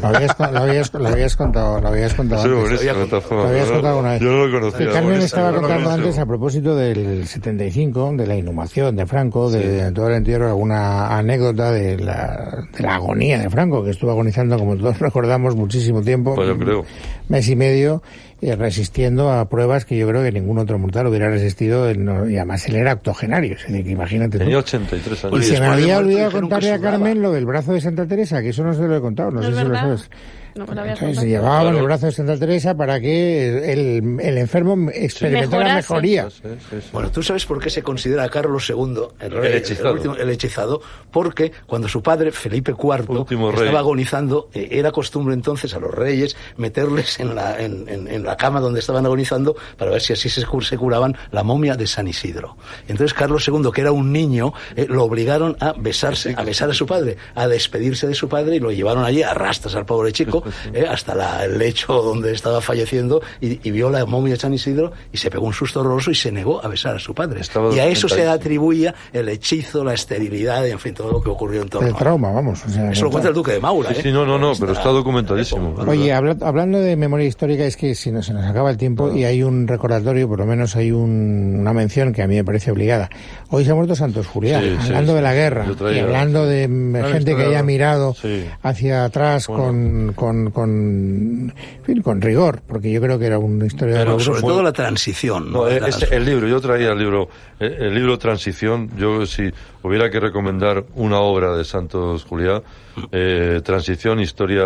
Speaker 1: Lo habías, con- lo habías- lo habías contado, lo habías contado
Speaker 2: Eso es
Speaker 1: antes.
Speaker 2: buenísimo,
Speaker 4: había
Speaker 2: esta
Speaker 4: contado.
Speaker 2: forma.
Speaker 1: Lo habías contado alguna vez.
Speaker 2: Yo no lo conocía.
Speaker 1: Que Carmen
Speaker 2: buenísimo,
Speaker 1: estaba contando
Speaker 2: buenísimo.
Speaker 1: antes a propósito del 75, de la inhumación de Franco, de, de todo el entierro, alguna anécdota de la, de la agonía de Franco, que estuvo agonizando, como todos recordamos, muchísimo tiempo,
Speaker 2: Pues yo creo.
Speaker 1: mes y medio, eh, resistiendo a pruebas que yo creo que ningún otro mortal hubiera resistido, en- y además él era octogenario, es decir, que imagínate. tú.
Speaker 2: Tenía 83
Speaker 1: Y
Speaker 2: años.
Speaker 4: Oye,
Speaker 1: se me
Speaker 4: después de
Speaker 1: había
Speaker 4: muerto
Speaker 1: olvidado
Speaker 4: dijeron que
Speaker 1: contarle a
Speaker 4: sudaba.
Speaker 1: Carmen lo del brazo de Santa Teresa, que eso no se lo he contado, no,
Speaker 5: No
Speaker 1: sé
Speaker 5: es
Speaker 1: si lo
Speaker 5: verdad.
Speaker 1: sabes.
Speaker 5: No me lo había
Speaker 1: Entonces,
Speaker 5: contado.
Speaker 1: se llevaban
Speaker 2: Claro.
Speaker 1: el brazo de Santa Teresa para que el, el enfermo experimentara
Speaker 5: Mejorase.
Speaker 1: mejoría.
Speaker 4: Pues,
Speaker 2: Sí, sí, sí.
Speaker 4: Bueno, ¿tú sabes por qué se considera a Carlos II el, rey,
Speaker 2: El hechizado.
Speaker 4: último- el hechizado? Porque cuando su padre, Felipe IV,
Speaker 2: Último rey.
Speaker 4: estaba agonizando, eh, era costumbre entonces a los reyes meterles en la, en, en- en la cama donde estaban agonizando para ver si así se, cu- se curaban la momia de San Isidro. Entonces Carlos II, que era un niño, eh, lo obligaron a besarse, a besar a su padre, a despedirse de su padre y lo llevaron allí a rastas al pobre chico eh, hasta la- el lecho donde estaba falleciendo y, y vio la momia de San Isidro y se pegó un susto horroroso y se negó a besar a su padre.
Speaker 2: Estaba
Speaker 4: y a eso se
Speaker 2: documentadísimo.
Speaker 4: atribuía el hechizo, la esterilidad, y, en fin, todo lo que ocurrió en torno
Speaker 1: El
Speaker 4: a-
Speaker 1: trauma, vamos. o sea,
Speaker 4: eso lo cuenta el duque de Maura.
Speaker 2: Sí,
Speaker 4: ¿eh?
Speaker 2: sí, no, no, no, pero está documentadísimo.
Speaker 1: Oye, habla- hablando de memoria histórica, es que si no, se nos acaba el tiempo y hay un recordatorio, por lo menos hay un- una mención que a mí me parece obligada. Hoy se ha muerto Santos Julián,
Speaker 2: Sí, sí,
Speaker 1: hablando
Speaker 2: sí,
Speaker 1: de la
Speaker 2: sí,
Speaker 1: guerra
Speaker 2: yo traía-
Speaker 1: y hablando de mm,
Speaker 3: Gran
Speaker 1: gente que haya
Speaker 3: historiador.
Speaker 1: mirado
Speaker 2: Ah, Sí.
Speaker 1: hacia atrás con, con, con, en fin, con rigor, porque yo creo que era un historiador.
Speaker 2: Pero
Speaker 4: Pero sobre
Speaker 2: muy-
Speaker 4: todo la transición. ¿no?
Speaker 2: No, eh,
Speaker 4: La-
Speaker 2: este- el libro, yo traía el libro, eh, el libro Transición. Yo, si hubiera que recomendar una obra de Santos Juliá, eh, Transición, Historia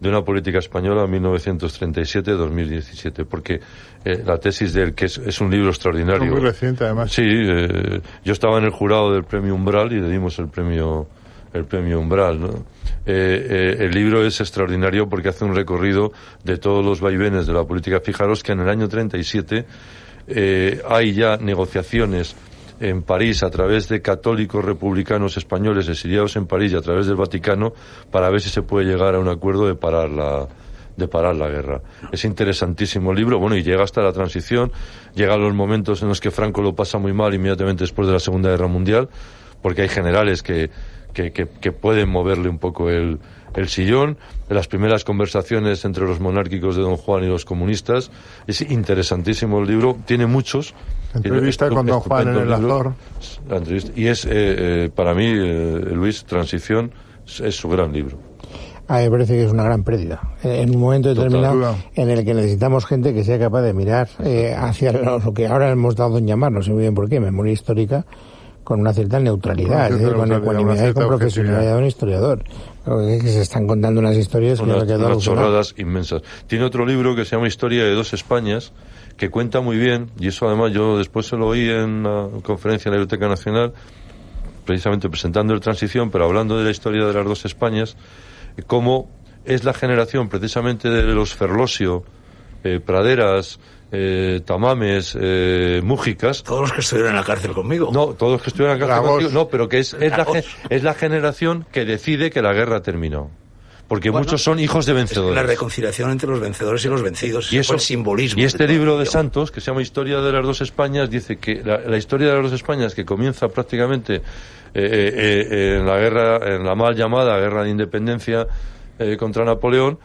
Speaker 2: de una Política Española, 1937-2017, porque eh, la tesis de él, que es, es un libro extraordinario.
Speaker 3: Muy reciente, además.
Speaker 2: Sí, eh, yo estaba en el jurado del premio Umbral y le dimos el premio el premio Umbral. ¿no? Eh, eh, el libro es extraordinario porque hace un recorrido de todos los vaivenes de la política. Fijaros que en el año 37 eh, hay ya negociaciones en París a través de católicos republicanos españoles exiliados en París y a través del Vaticano para ver si se puede llegar a un acuerdo de parar la, de parar la guerra. Es interesantísimo el libro, bueno, y llega hasta la transición, llega a los momentos en los que Franco lo pasa muy mal inmediatamente después de la Segunda Guerra Mundial, porque hay generales que, que, que- que pueden moverle un poco el, el sillón, las primeras conversaciones entre los monárquicos de Don Juan y los comunistas. Es interesantísimo el libro, tiene muchos.
Speaker 3: Entrevista con Don Juan en
Speaker 2: Estupendo
Speaker 3: el
Speaker 2: libro.
Speaker 3: Azor.
Speaker 2: La entrevista- Y es, eh, eh, para mí, eh, Luis, Transición es- es su gran libro.
Speaker 1: A mí Ah, me parece que es una gran pérdida. Eh, En un momento
Speaker 2: Total.
Speaker 1: determinado
Speaker 3: Claro.
Speaker 1: en el que necesitamos gente que sea capaz de mirar eh, hacia lo, lo que ahora hemos dado en llamar, no sé muy bien por qué, memoria histórica, con una cierta neutralidad, es
Speaker 3: Con una
Speaker 1: decir,
Speaker 3: cierta
Speaker 1: con
Speaker 3: neutralidad, una
Speaker 1: ecuanimidad y
Speaker 3: cierta
Speaker 1: con profesionalidad de
Speaker 3: objetividad.
Speaker 1: un historiador. Lo que es que se están contando unas historias que
Speaker 2: unas,
Speaker 1: yo me he quedado
Speaker 2: unas
Speaker 1: alucinado.
Speaker 2: chorradas inmensas. Tiene otro libro que se llama Historia de dos Españas, que cuenta muy bien, y eso además yo después se lo oí en una conferencia en la Biblioteca Nacional, precisamente presentando el Transición, pero hablando de la historia de las dos Españas, y cómo es la generación precisamente de los Ferlosio, eh, Praderas, eh, Tamames, eh, Mújicas,
Speaker 4: Todos los que estuvieron en la cárcel conmigo.
Speaker 2: no, todos que estuvieran en la cárcel
Speaker 3: Bravos.
Speaker 2: contigo, no, pero que es, es, la,
Speaker 4: Bravos.
Speaker 2: gen- es la generación que decide que la guerra terminó. porque
Speaker 4: Bueno,
Speaker 2: muchos son hijos de vencedores.
Speaker 4: La reconciliación entre los vencedores y los vencidos.
Speaker 2: Y
Speaker 4: Ese
Speaker 2: eso-
Speaker 4: fue el simbolismo.
Speaker 2: Y
Speaker 4: de
Speaker 2: este
Speaker 4: toda la
Speaker 2: libro de
Speaker 4: cuestión.
Speaker 2: Santos, que se llama Historia de las dos Españas, dice que la, la historia de las dos Españas, que comienza prácticamente eh, eh, eh, en la guerra, en la mal llamada guerra de independencia eh, contra Napoleón,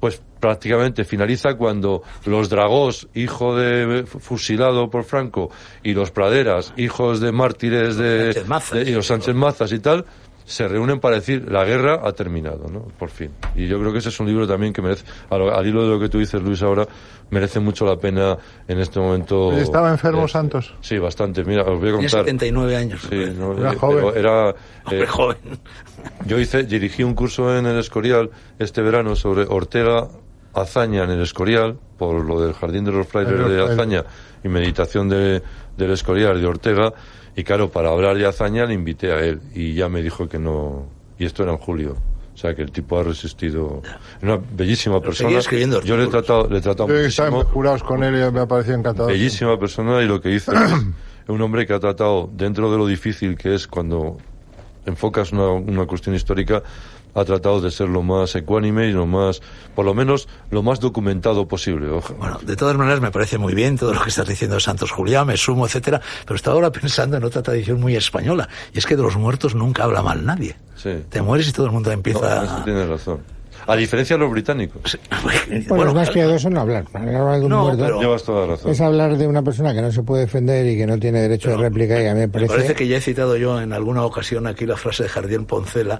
Speaker 2: pues prácticamente finaliza cuando los Dragós, hijo de fusilado por Franco, y los Praderas, hijos de mártires de,
Speaker 4: Sánchez Mazas.
Speaker 2: de- y los Sánchez Mazas y tal, se reúnen para decir la guerra ha terminado, ¿no? Por fin. Y yo creo que ese es un libro también que merece, a lo- al hilo de lo que tú dices, Luis, ahora, merece mucho la pena en este momento.
Speaker 3: Oye, Pues ¿estaba enfermo
Speaker 2: Eh,
Speaker 3: Santos?
Speaker 2: Sí, bastante. Mira, os voy a
Speaker 4: Tenía
Speaker 2: contar.
Speaker 4: 79 años.
Speaker 2: Sí, no,
Speaker 3: Era
Speaker 2: eh,
Speaker 3: joven.
Speaker 2: pero era, eh,
Speaker 4: Hombre joven.
Speaker 2: yo hice, dirigí un curso en el Escorial este verano sobre Ortega Azaña en el Escorial, por lo del Jardín de los
Speaker 3: El
Speaker 2: Frailes
Speaker 3: Ortega.
Speaker 2: de Azaña y meditación de, del Escorial de Ortega. Y claro, para hablar de Azaña le invité a él y ya me dijo que no. Y esto era en julio. O sea que el tipo ha resistido. Era una bellísima persona.
Speaker 4: seguía escribiendo
Speaker 2: Yo le he
Speaker 4: artículos.
Speaker 2: tratado, le he tratado
Speaker 3: Yo he estado
Speaker 2: muchísimo.
Speaker 3: jurados con él y me ha parecido encantador.
Speaker 2: Bellísima persona y lo que hizo es un hombre que ha tratado, dentro de lo difícil que es cuando enfocas una, una cuestión histórica, ha tratado de ser lo más ecuánime y lo más, por lo menos, lo más documentado posible. Ojo.
Speaker 4: Bueno, de todas maneras me parece muy bien todo lo que estás diciendo de Santos Julián, me sumo, etcétera, pero estaba ahora pensando en otra tradición muy española, y es que de los muertos nunca habla mal nadie.
Speaker 2: Sí.
Speaker 4: Te mueres y todo el mundo
Speaker 2: No,
Speaker 4: empieza
Speaker 2: en eso
Speaker 4: a...
Speaker 2: tienes razón. A diferencia de los británicos.
Speaker 4: Sí.
Speaker 2: Eh,
Speaker 1: Bueno,
Speaker 4: Bueno, eh,
Speaker 1: es más piadoso no hablar. Hablar de un
Speaker 4: No,
Speaker 1: muerto
Speaker 4: pero-
Speaker 2: Llevas toda la razón.
Speaker 1: es hablar de una persona que no se puede defender y que no tiene derecho de réplica y a mí me
Speaker 4: Me
Speaker 1: parece...
Speaker 2: ¿eh?
Speaker 4: parece que ya he citado yo en alguna ocasión aquí la frase de Jardín Poncela,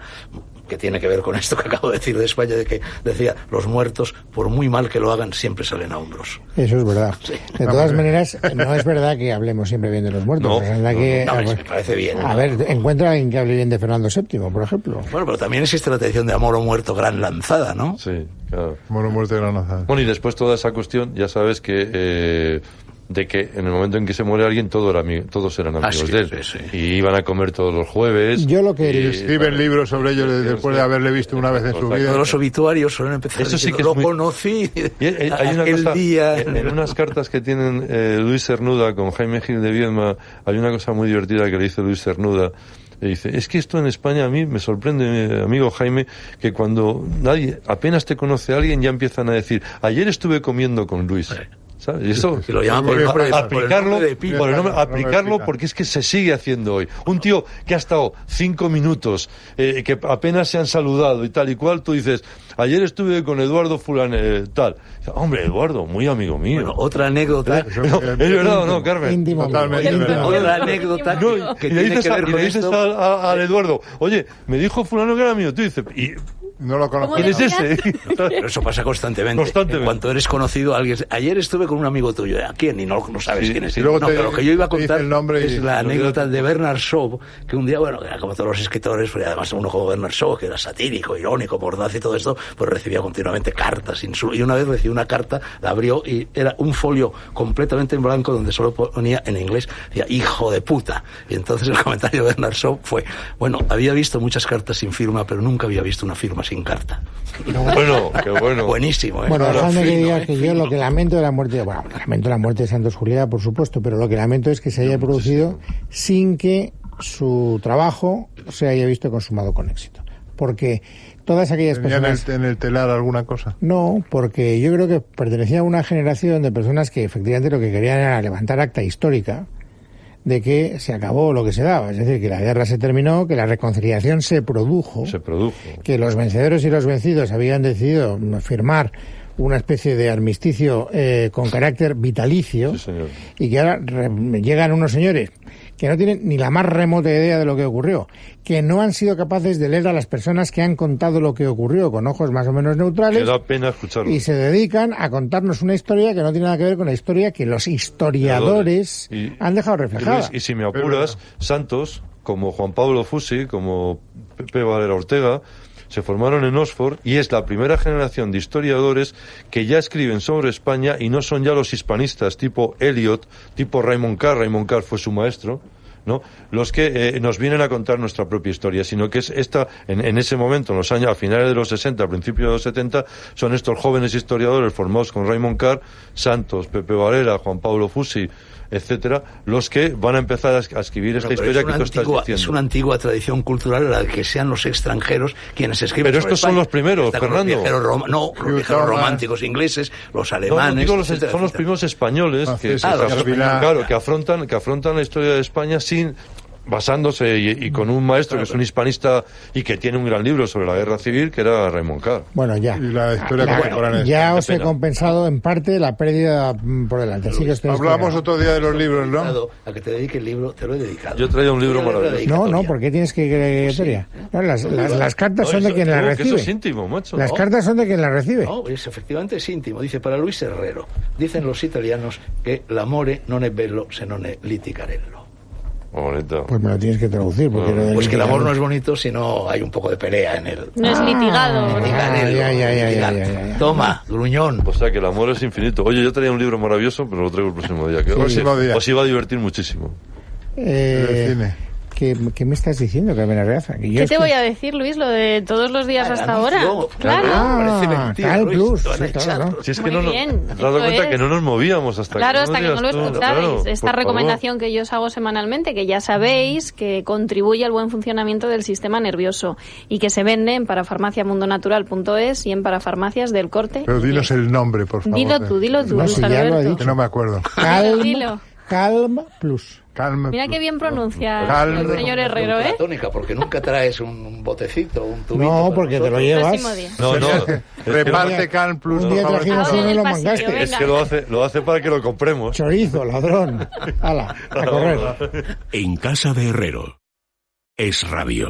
Speaker 4: que tiene que ver con esto que acabo de decir de España, de que decía, los muertos, por muy mal que lo hagan, siempre salen a hombros.
Speaker 1: Eso es verdad. De
Speaker 3: No,
Speaker 1: todas
Speaker 3: hombre.
Speaker 1: maneras, no es verdad que hablemos siempre bien de los muertos.
Speaker 2: No,
Speaker 1: es verdad
Speaker 2: no,
Speaker 1: que-
Speaker 4: no,
Speaker 1: a
Speaker 4: no,
Speaker 1: ver-
Speaker 4: me parece bien.
Speaker 1: A ver, encuentra a alguien que hable bien de Fernando VII, por ejemplo.
Speaker 4: Bueno, pero también existe la tradición de amor o muerto gran lanzada, ¿no?
Speaker 2: Sí, claro.
Speaker 3: Bueno, muerte de la nazada.
Speaker 2: Bueno, y después toda esa cuestión, ya sabes que eh, de que en el momento en que se muere alguien, todo era ami- todos eran amigos
Speaker 4: sí,
Speaker 2: de él.
Speaker 4: sí, sí.
Speaker 2: Y iban a comer todos los jueves.
Speaker 1: Yo lo que-
Speaker 2: y-
Speaker 1: Y
Speaker 3: Escriben libros sobre ello de- después de haberle visto una vez en su
Speaker 4: Todos
Speaker 3: vida.
Speaker 4: los obituarios suelen empezar
Speaker 2: Eso sí
Speaker 4: diciendo,
Speaker 2: que es
Speaker 4: lo
Speaker 2: muy-
Speaker 4: conocí
Speaker 2: Y hay- hay- hay una
Speaker 4: aquel
Speaker 2: cosa, eh,
Speaker 4: día.
Speaker 2: en, en unas cartas que tienen eh, Luis Cernuda con Jaime Gil de Viedma, hay una cosa muy divertida que le dice Luis Cernuda. Le dice, es que esto en España a mí me sorprende, eh, amigo Jaime, que cuando nadie, apenas te conoce a alguien, ya empiezan a decir, ayer estuve comiendo con Luis. ¿Sabes? Y eso,
Speaker 4: Y lo llaman por el
Speaker 2: a-
Speaker 4: nombre de- por el
Speaker 2: aplicarlo,
Speaker 4: nombre de pila.
Speaker 2: por el nombre-
Speaker 3: Por el nombre de
Speaker 2: aplicarlo
Speaker 3: pila.
Speaker 2: porque es que se sigue haciendo hoy. Un tío que ha estado cinco minutos, eh, que apenas se han saludado y tal y cual, tú dices, ayer estuve con Eduardo Fulan, eh, tal. Hombre, Eduardo, muy amigo mío.
Speaker 4: Bueno, otra anécdota.
Speaker 2: ¿eh? No, es verdad o no, Carmen.
Speaker 1: eh, Íntimo.
Speaker 3: Totalmente
Speaker 1: Íntimo.
Speaker 3: verdad.
Speaker 4: Otra anécdota
Speaker 2: No,
Speaker 4: que
Speaker 2: y le
Speaker 4: tiene
Speaker 2: dices,
Speaker 4: que
Speaker 2: a-
Speaker 4: ver
Speaker 2: y
Speaker 4: con
Speaker 2: le dices
Speaker 4: esto.
Speaker 2: al, a- al Eduardo, oye, me dijo fulano que era mío. Tú dices, ¿y
Speaker 3: No lo conozco.
Speaker 2: quién es
Speaker 5: decías?
Speaker 2: ese?
Speaker 4: Pero eso pasa constantemente.
Speaker 2: Constantemente.
Speaker 4: En cuanto eres conocido, alguien. Ayer estuve con un amigo tuyo. ¿A quién? Y no, no sabes
Speaker 2: Sí,
Speaker 4: quién es.
Speaker 2: y
Speaker 3: luego
Speaker 4: No,
Speaker 3: te-
Speaker 4: pero lo que yo iba a
Speaker 3: te dice
Speaker 4: contar
Speaker 3: el nombre y-
Speaker 4: es la anécdota de Bernard Shaw, que un día, bueno, era como todos los escritores, porque además uno como Bernard Shaw, que era satírico, irónico, mordaz y todo esto, pues recibía continuamente cartas, insultos. Y una vez recibió una carta, la abrió y era un folio completamente en blanco donde solo ponía en inglés, decía, hijo de puta. Y entonces el comentario de Bernard Shaw fue, bueno, había visto muchas cartas sin firma, pero nunca había visto una firma sin carta.
Speaker 2: bueno, qué bueno.
Speaker 4: Buenísimo, ¿eh?
Speaker 1: Bueno,
Speaker 4: Claro,
Speaker 1: dejadme que
Speaker 4: fino,
Speaker 1: diga
Speaker 4: ¿eh?
Speaker 1: que yo lo que lamento de la muerte, bueno, lamento la muerte de Santos Juliá, por supuesto, pero lo que lamento es que se haya producido sin que su trabajo se haya visto consumado con éxito. Porque todas
Speaker 2: este?
Speaker 1: aquellas
Speaker 3: Tenía en
Speaker 1: personas...
Speaker 2: Pues
Speaker 3: el, en el telar alguna cosa.
Speaker 1: No, porque yo creo que pertenecía a una generación de personas que efectivamente lo que querían era levantar acta histórica de que se acabó lo que se daba, es decir, que la guerra se terminó, que la reconciliación se produjo,
Speaker 2: Se produjo.
Speaker 1: que los vencedores y los vencidos habían decidido firmar una especie de armisticio eh, con carácter vitalicio
Speaker 2: Sí, señor.
Speaker 1: y que ahora re- llegan unos señores que no tienen ni la más remota idea de lo que ocurrió, que no han sido capaces de leer a las personas que han contado lo que ocurrió con ojos más o menos
Speaker 2: Que
Speaker 1: neutrales
Speaker 2: da pena escucharlo.
Speaker 1: y se dedican a contarnos una historia que no tiene nada que ver con la historia que los historiadores
Speaker 2: Y-
Speaker 1: han dejado
Speaker 2: Y,
Speaker 1: reflejada.
Speaker 2: Luis, y si me apuras, Santos, como Juan Pablo Fusi, como Pepe Valera Ortega, se formaron en Oxford y es la primera generación de historiadores que ya escriben sobre España y no son ya los hispanistas tipo Eliot, tipo Raymond Carr, Raymond Carr fue su maestro. ¿no? los que eh, nos vienen a contar nuestra propia historia, sino que es esta, en, en ese momento, en los años, a finales de los 60, a principios de los 70, son estos jóvenes historiadores formados con Raymond Carr, Santos, Pepe Varela, Juan Pablo Fusi, etcétera, los que van a empezar a escribir esta
Speaker 4: Pero
Speaker 2: historia
Speaker 4: es una
Speaker 2: que tú estás
Speaker 4: antigua-
Speaker 2: diciendo.
Speaker 4: Es una antigua tradición cultural la que sean los extranjeros quienes escriben.
Speaker 2: Pero
Speaker 4: sobre
Speaker 2: estos son
Speaker 4: España.
Speaker 2: los primeros,
Speaker 4: Está con
Speaker 2: Fernando.
Speaker 4: Los viajeros rom- no, los viajeros
Speaker 3: Thomas.
Speaker 4: románticos ingleses, los
Speaker 2: No, no,
Speaker 4: alemanes.
Speaker 2: digo los-
Speaker 4: etcétera,
Speaker 2: son los
Speaker 4: etcétera.
Speaker 2: primeros españoles
Speaker 3: Ah,
Speaker 2: que,
Speaker 3: sí, sí,
Speaker 2: que
Speaker 4: los
Speaker 2: afrontan-
Speaker 3: españoles.
Speaker 2: claro, que afrontan que afrontan la historia de España sin basándose y, y con un maestro que es un hispanista y que tiene un gran libro sobre la guerra civil que era Raymond Carr.
Speaker 1: Bueno, ya.
Speaker 3: Y la historia contemporánea.
Speaker 1: ya
Speaker 2: Qué
Speaker 1: os he
Speaker 2: pena.
Speaker 1: compensado en parte la pérdida mm, por delante. Así que os tenéis que
Speaker 3: Hablamos
Speaker 1: ganar.
Speaker 3: otro día de los libros, ¿no?
Speaker 4: Dedicado, A que te dedique el libro, te lo he dedicado.
Speaker 2: Yo traía un libro
Speaker 4: Te lo he
Speaker 2: maravilloso.
Speaker 1: No,
Speaker 4: dedicado
Speaker 1: no,
Speaker 4: ya.
Speaker 1: porque tienes que que- Teria. No, las, las- las cartas
Speaker 2: No,
Speaker 1: son de
Speaker 2: eso-
Speaker 1: quien
Speaker 2: no,
Speaker 1: las
Speaker 2: que eso es
Speaker 1: recibe.
Speaker 2: íntimo, macho.
Speaker 1: Las
Speaker 2: No.
Speaker 1: cartas son de quien las recibe.
Speaker 4: No, es, efectivamente es íntimo. Dice, para Luis Herrero, dicen los italianos que l'amore non è bello se non è litigarello.
Speaker 2: Oh, Bonito.
Speaker 1: Pues me lo tienes que traducir. Porque
Speaker 2: No,
Speaker 1: lo del
Speaker 4: Pues que el
Speaker 1: litigante-
Speaker 4: amor no es bonito si no hay un poco de pelea en él.
Speaker 5: No es litigado.
Speaker 1: Ah,
Speaker 4: Litigarello,
Speaker 1: ya, ya, ya, ya, ya,
Speaker 4: litigante.
Speaker 1: ya.
Speaker 4: Toma, gruñón.
Speaker 2: O sea que el amor es infinito. Oye, yo traía un libro maravilloso, pero lo traigo el próximo día. que os-
Speaker 3: Próximo día.
Speaker 2: Os iba a divertir muchísimo.
Speaker 1: Eh,
Speaker 3: En el cine.
Speaker 1: ¿qué, qué me estás diciendo, Carmen Arreaza? Que yo
Speaker 5: ¿Qué
Speaker 1: es que-
Speaker 5: te voy a decir, Luis? Lo de todos los días
Speaker 4: Ah,
Speaker 5: hasta
Speaker 4: anunció.
Speaker 5: ahora. Claro.
Speaker 1: Ah,
Speaker 4: Parece mentira,
Speaker 1: Canal
Speaker 4: Luis,
Speaker 1: Plus,
Speaker 4: te van a
Speaker 1: sí, claro,
Speaker 4: echar.
Speaker 1: ¿no?
Speaker 2: Si es que
Speaker 5: Muy
Speaker 2: no,
Speaker 5: bien,
Speaker 2: no, te has dado
Speaker 5: eso
Speaker 2: cuenta
Speaker 5: es.
Speaker 2: que no nos movíamos hasta
Speaker 5: Claro,
Speaker 2: que no
Speaker 5: hasta que no
Speaker 2: digas
Speaker 5: lo
Speaker 2: tú,
Speaker 5: escuchabais.
Speaker 2: claro,
Speaker 5: Esta
Speaker 2: por favor.
Speaker 5: recomendación que yo os hago semanalmente, que ya sabéis que contribuye al buen funcionamiento del sistema nervioso y que se vende en parafarmaciamundonatural.es y en parafarmacias del corte.
Speaker 3: Pero dinos el nombre, por favor.
Speaker 5: Dilo tú, dilo tú,
Speaker 1: No,
Speaker 5: Luis
Speaker 1: si ya lo ha
Speaker 5: Alberto.
Speaker 1: dicho.
Speaker 3: Que no me acuerdo.
Speaker 1: Calm,
Speaker 5: Dilo.
Speaker 1: Calm Plus.
Speaker 3: Calma.
Speaker 5: Mira qué bien pronuncia
Speaker 3: Calma.
Speaker 5: el señor Herrero, ¿eh?
Speaker 4: Tónica, porque nunca traes un, un botecito, un tubito.
Speaker 1: No,
Speaker 4: para
Speaker 1: porque te lo
Speaker 4: pues, nosotros.
Speaker 1: llevas.
Speaker 5: Próximo día.
Speaker 2: No, no. es que-
Speaker 3: Reparte Calm Plus,
Speaker 1: Un
Speaker 3: por
Speaker 1: día
Speaker 3: favor.
Speaker 1: trajimos
Speaker 5: Ahora
Speaker 1: uno
Speaker 5: en
Speaker 1: y
Speaker 5: el
Speaker 1: lo
Speaker 5: pasillo,
Speaker 1: mangaste.
Speaker 5: venga.
Speaker 2: Es que lo hace, lo hace para que lo compremos.
Speaker 1: Chorizo, ladrón. Ala, a correr.
Speaker 6: En casa de Herrero. Es radio.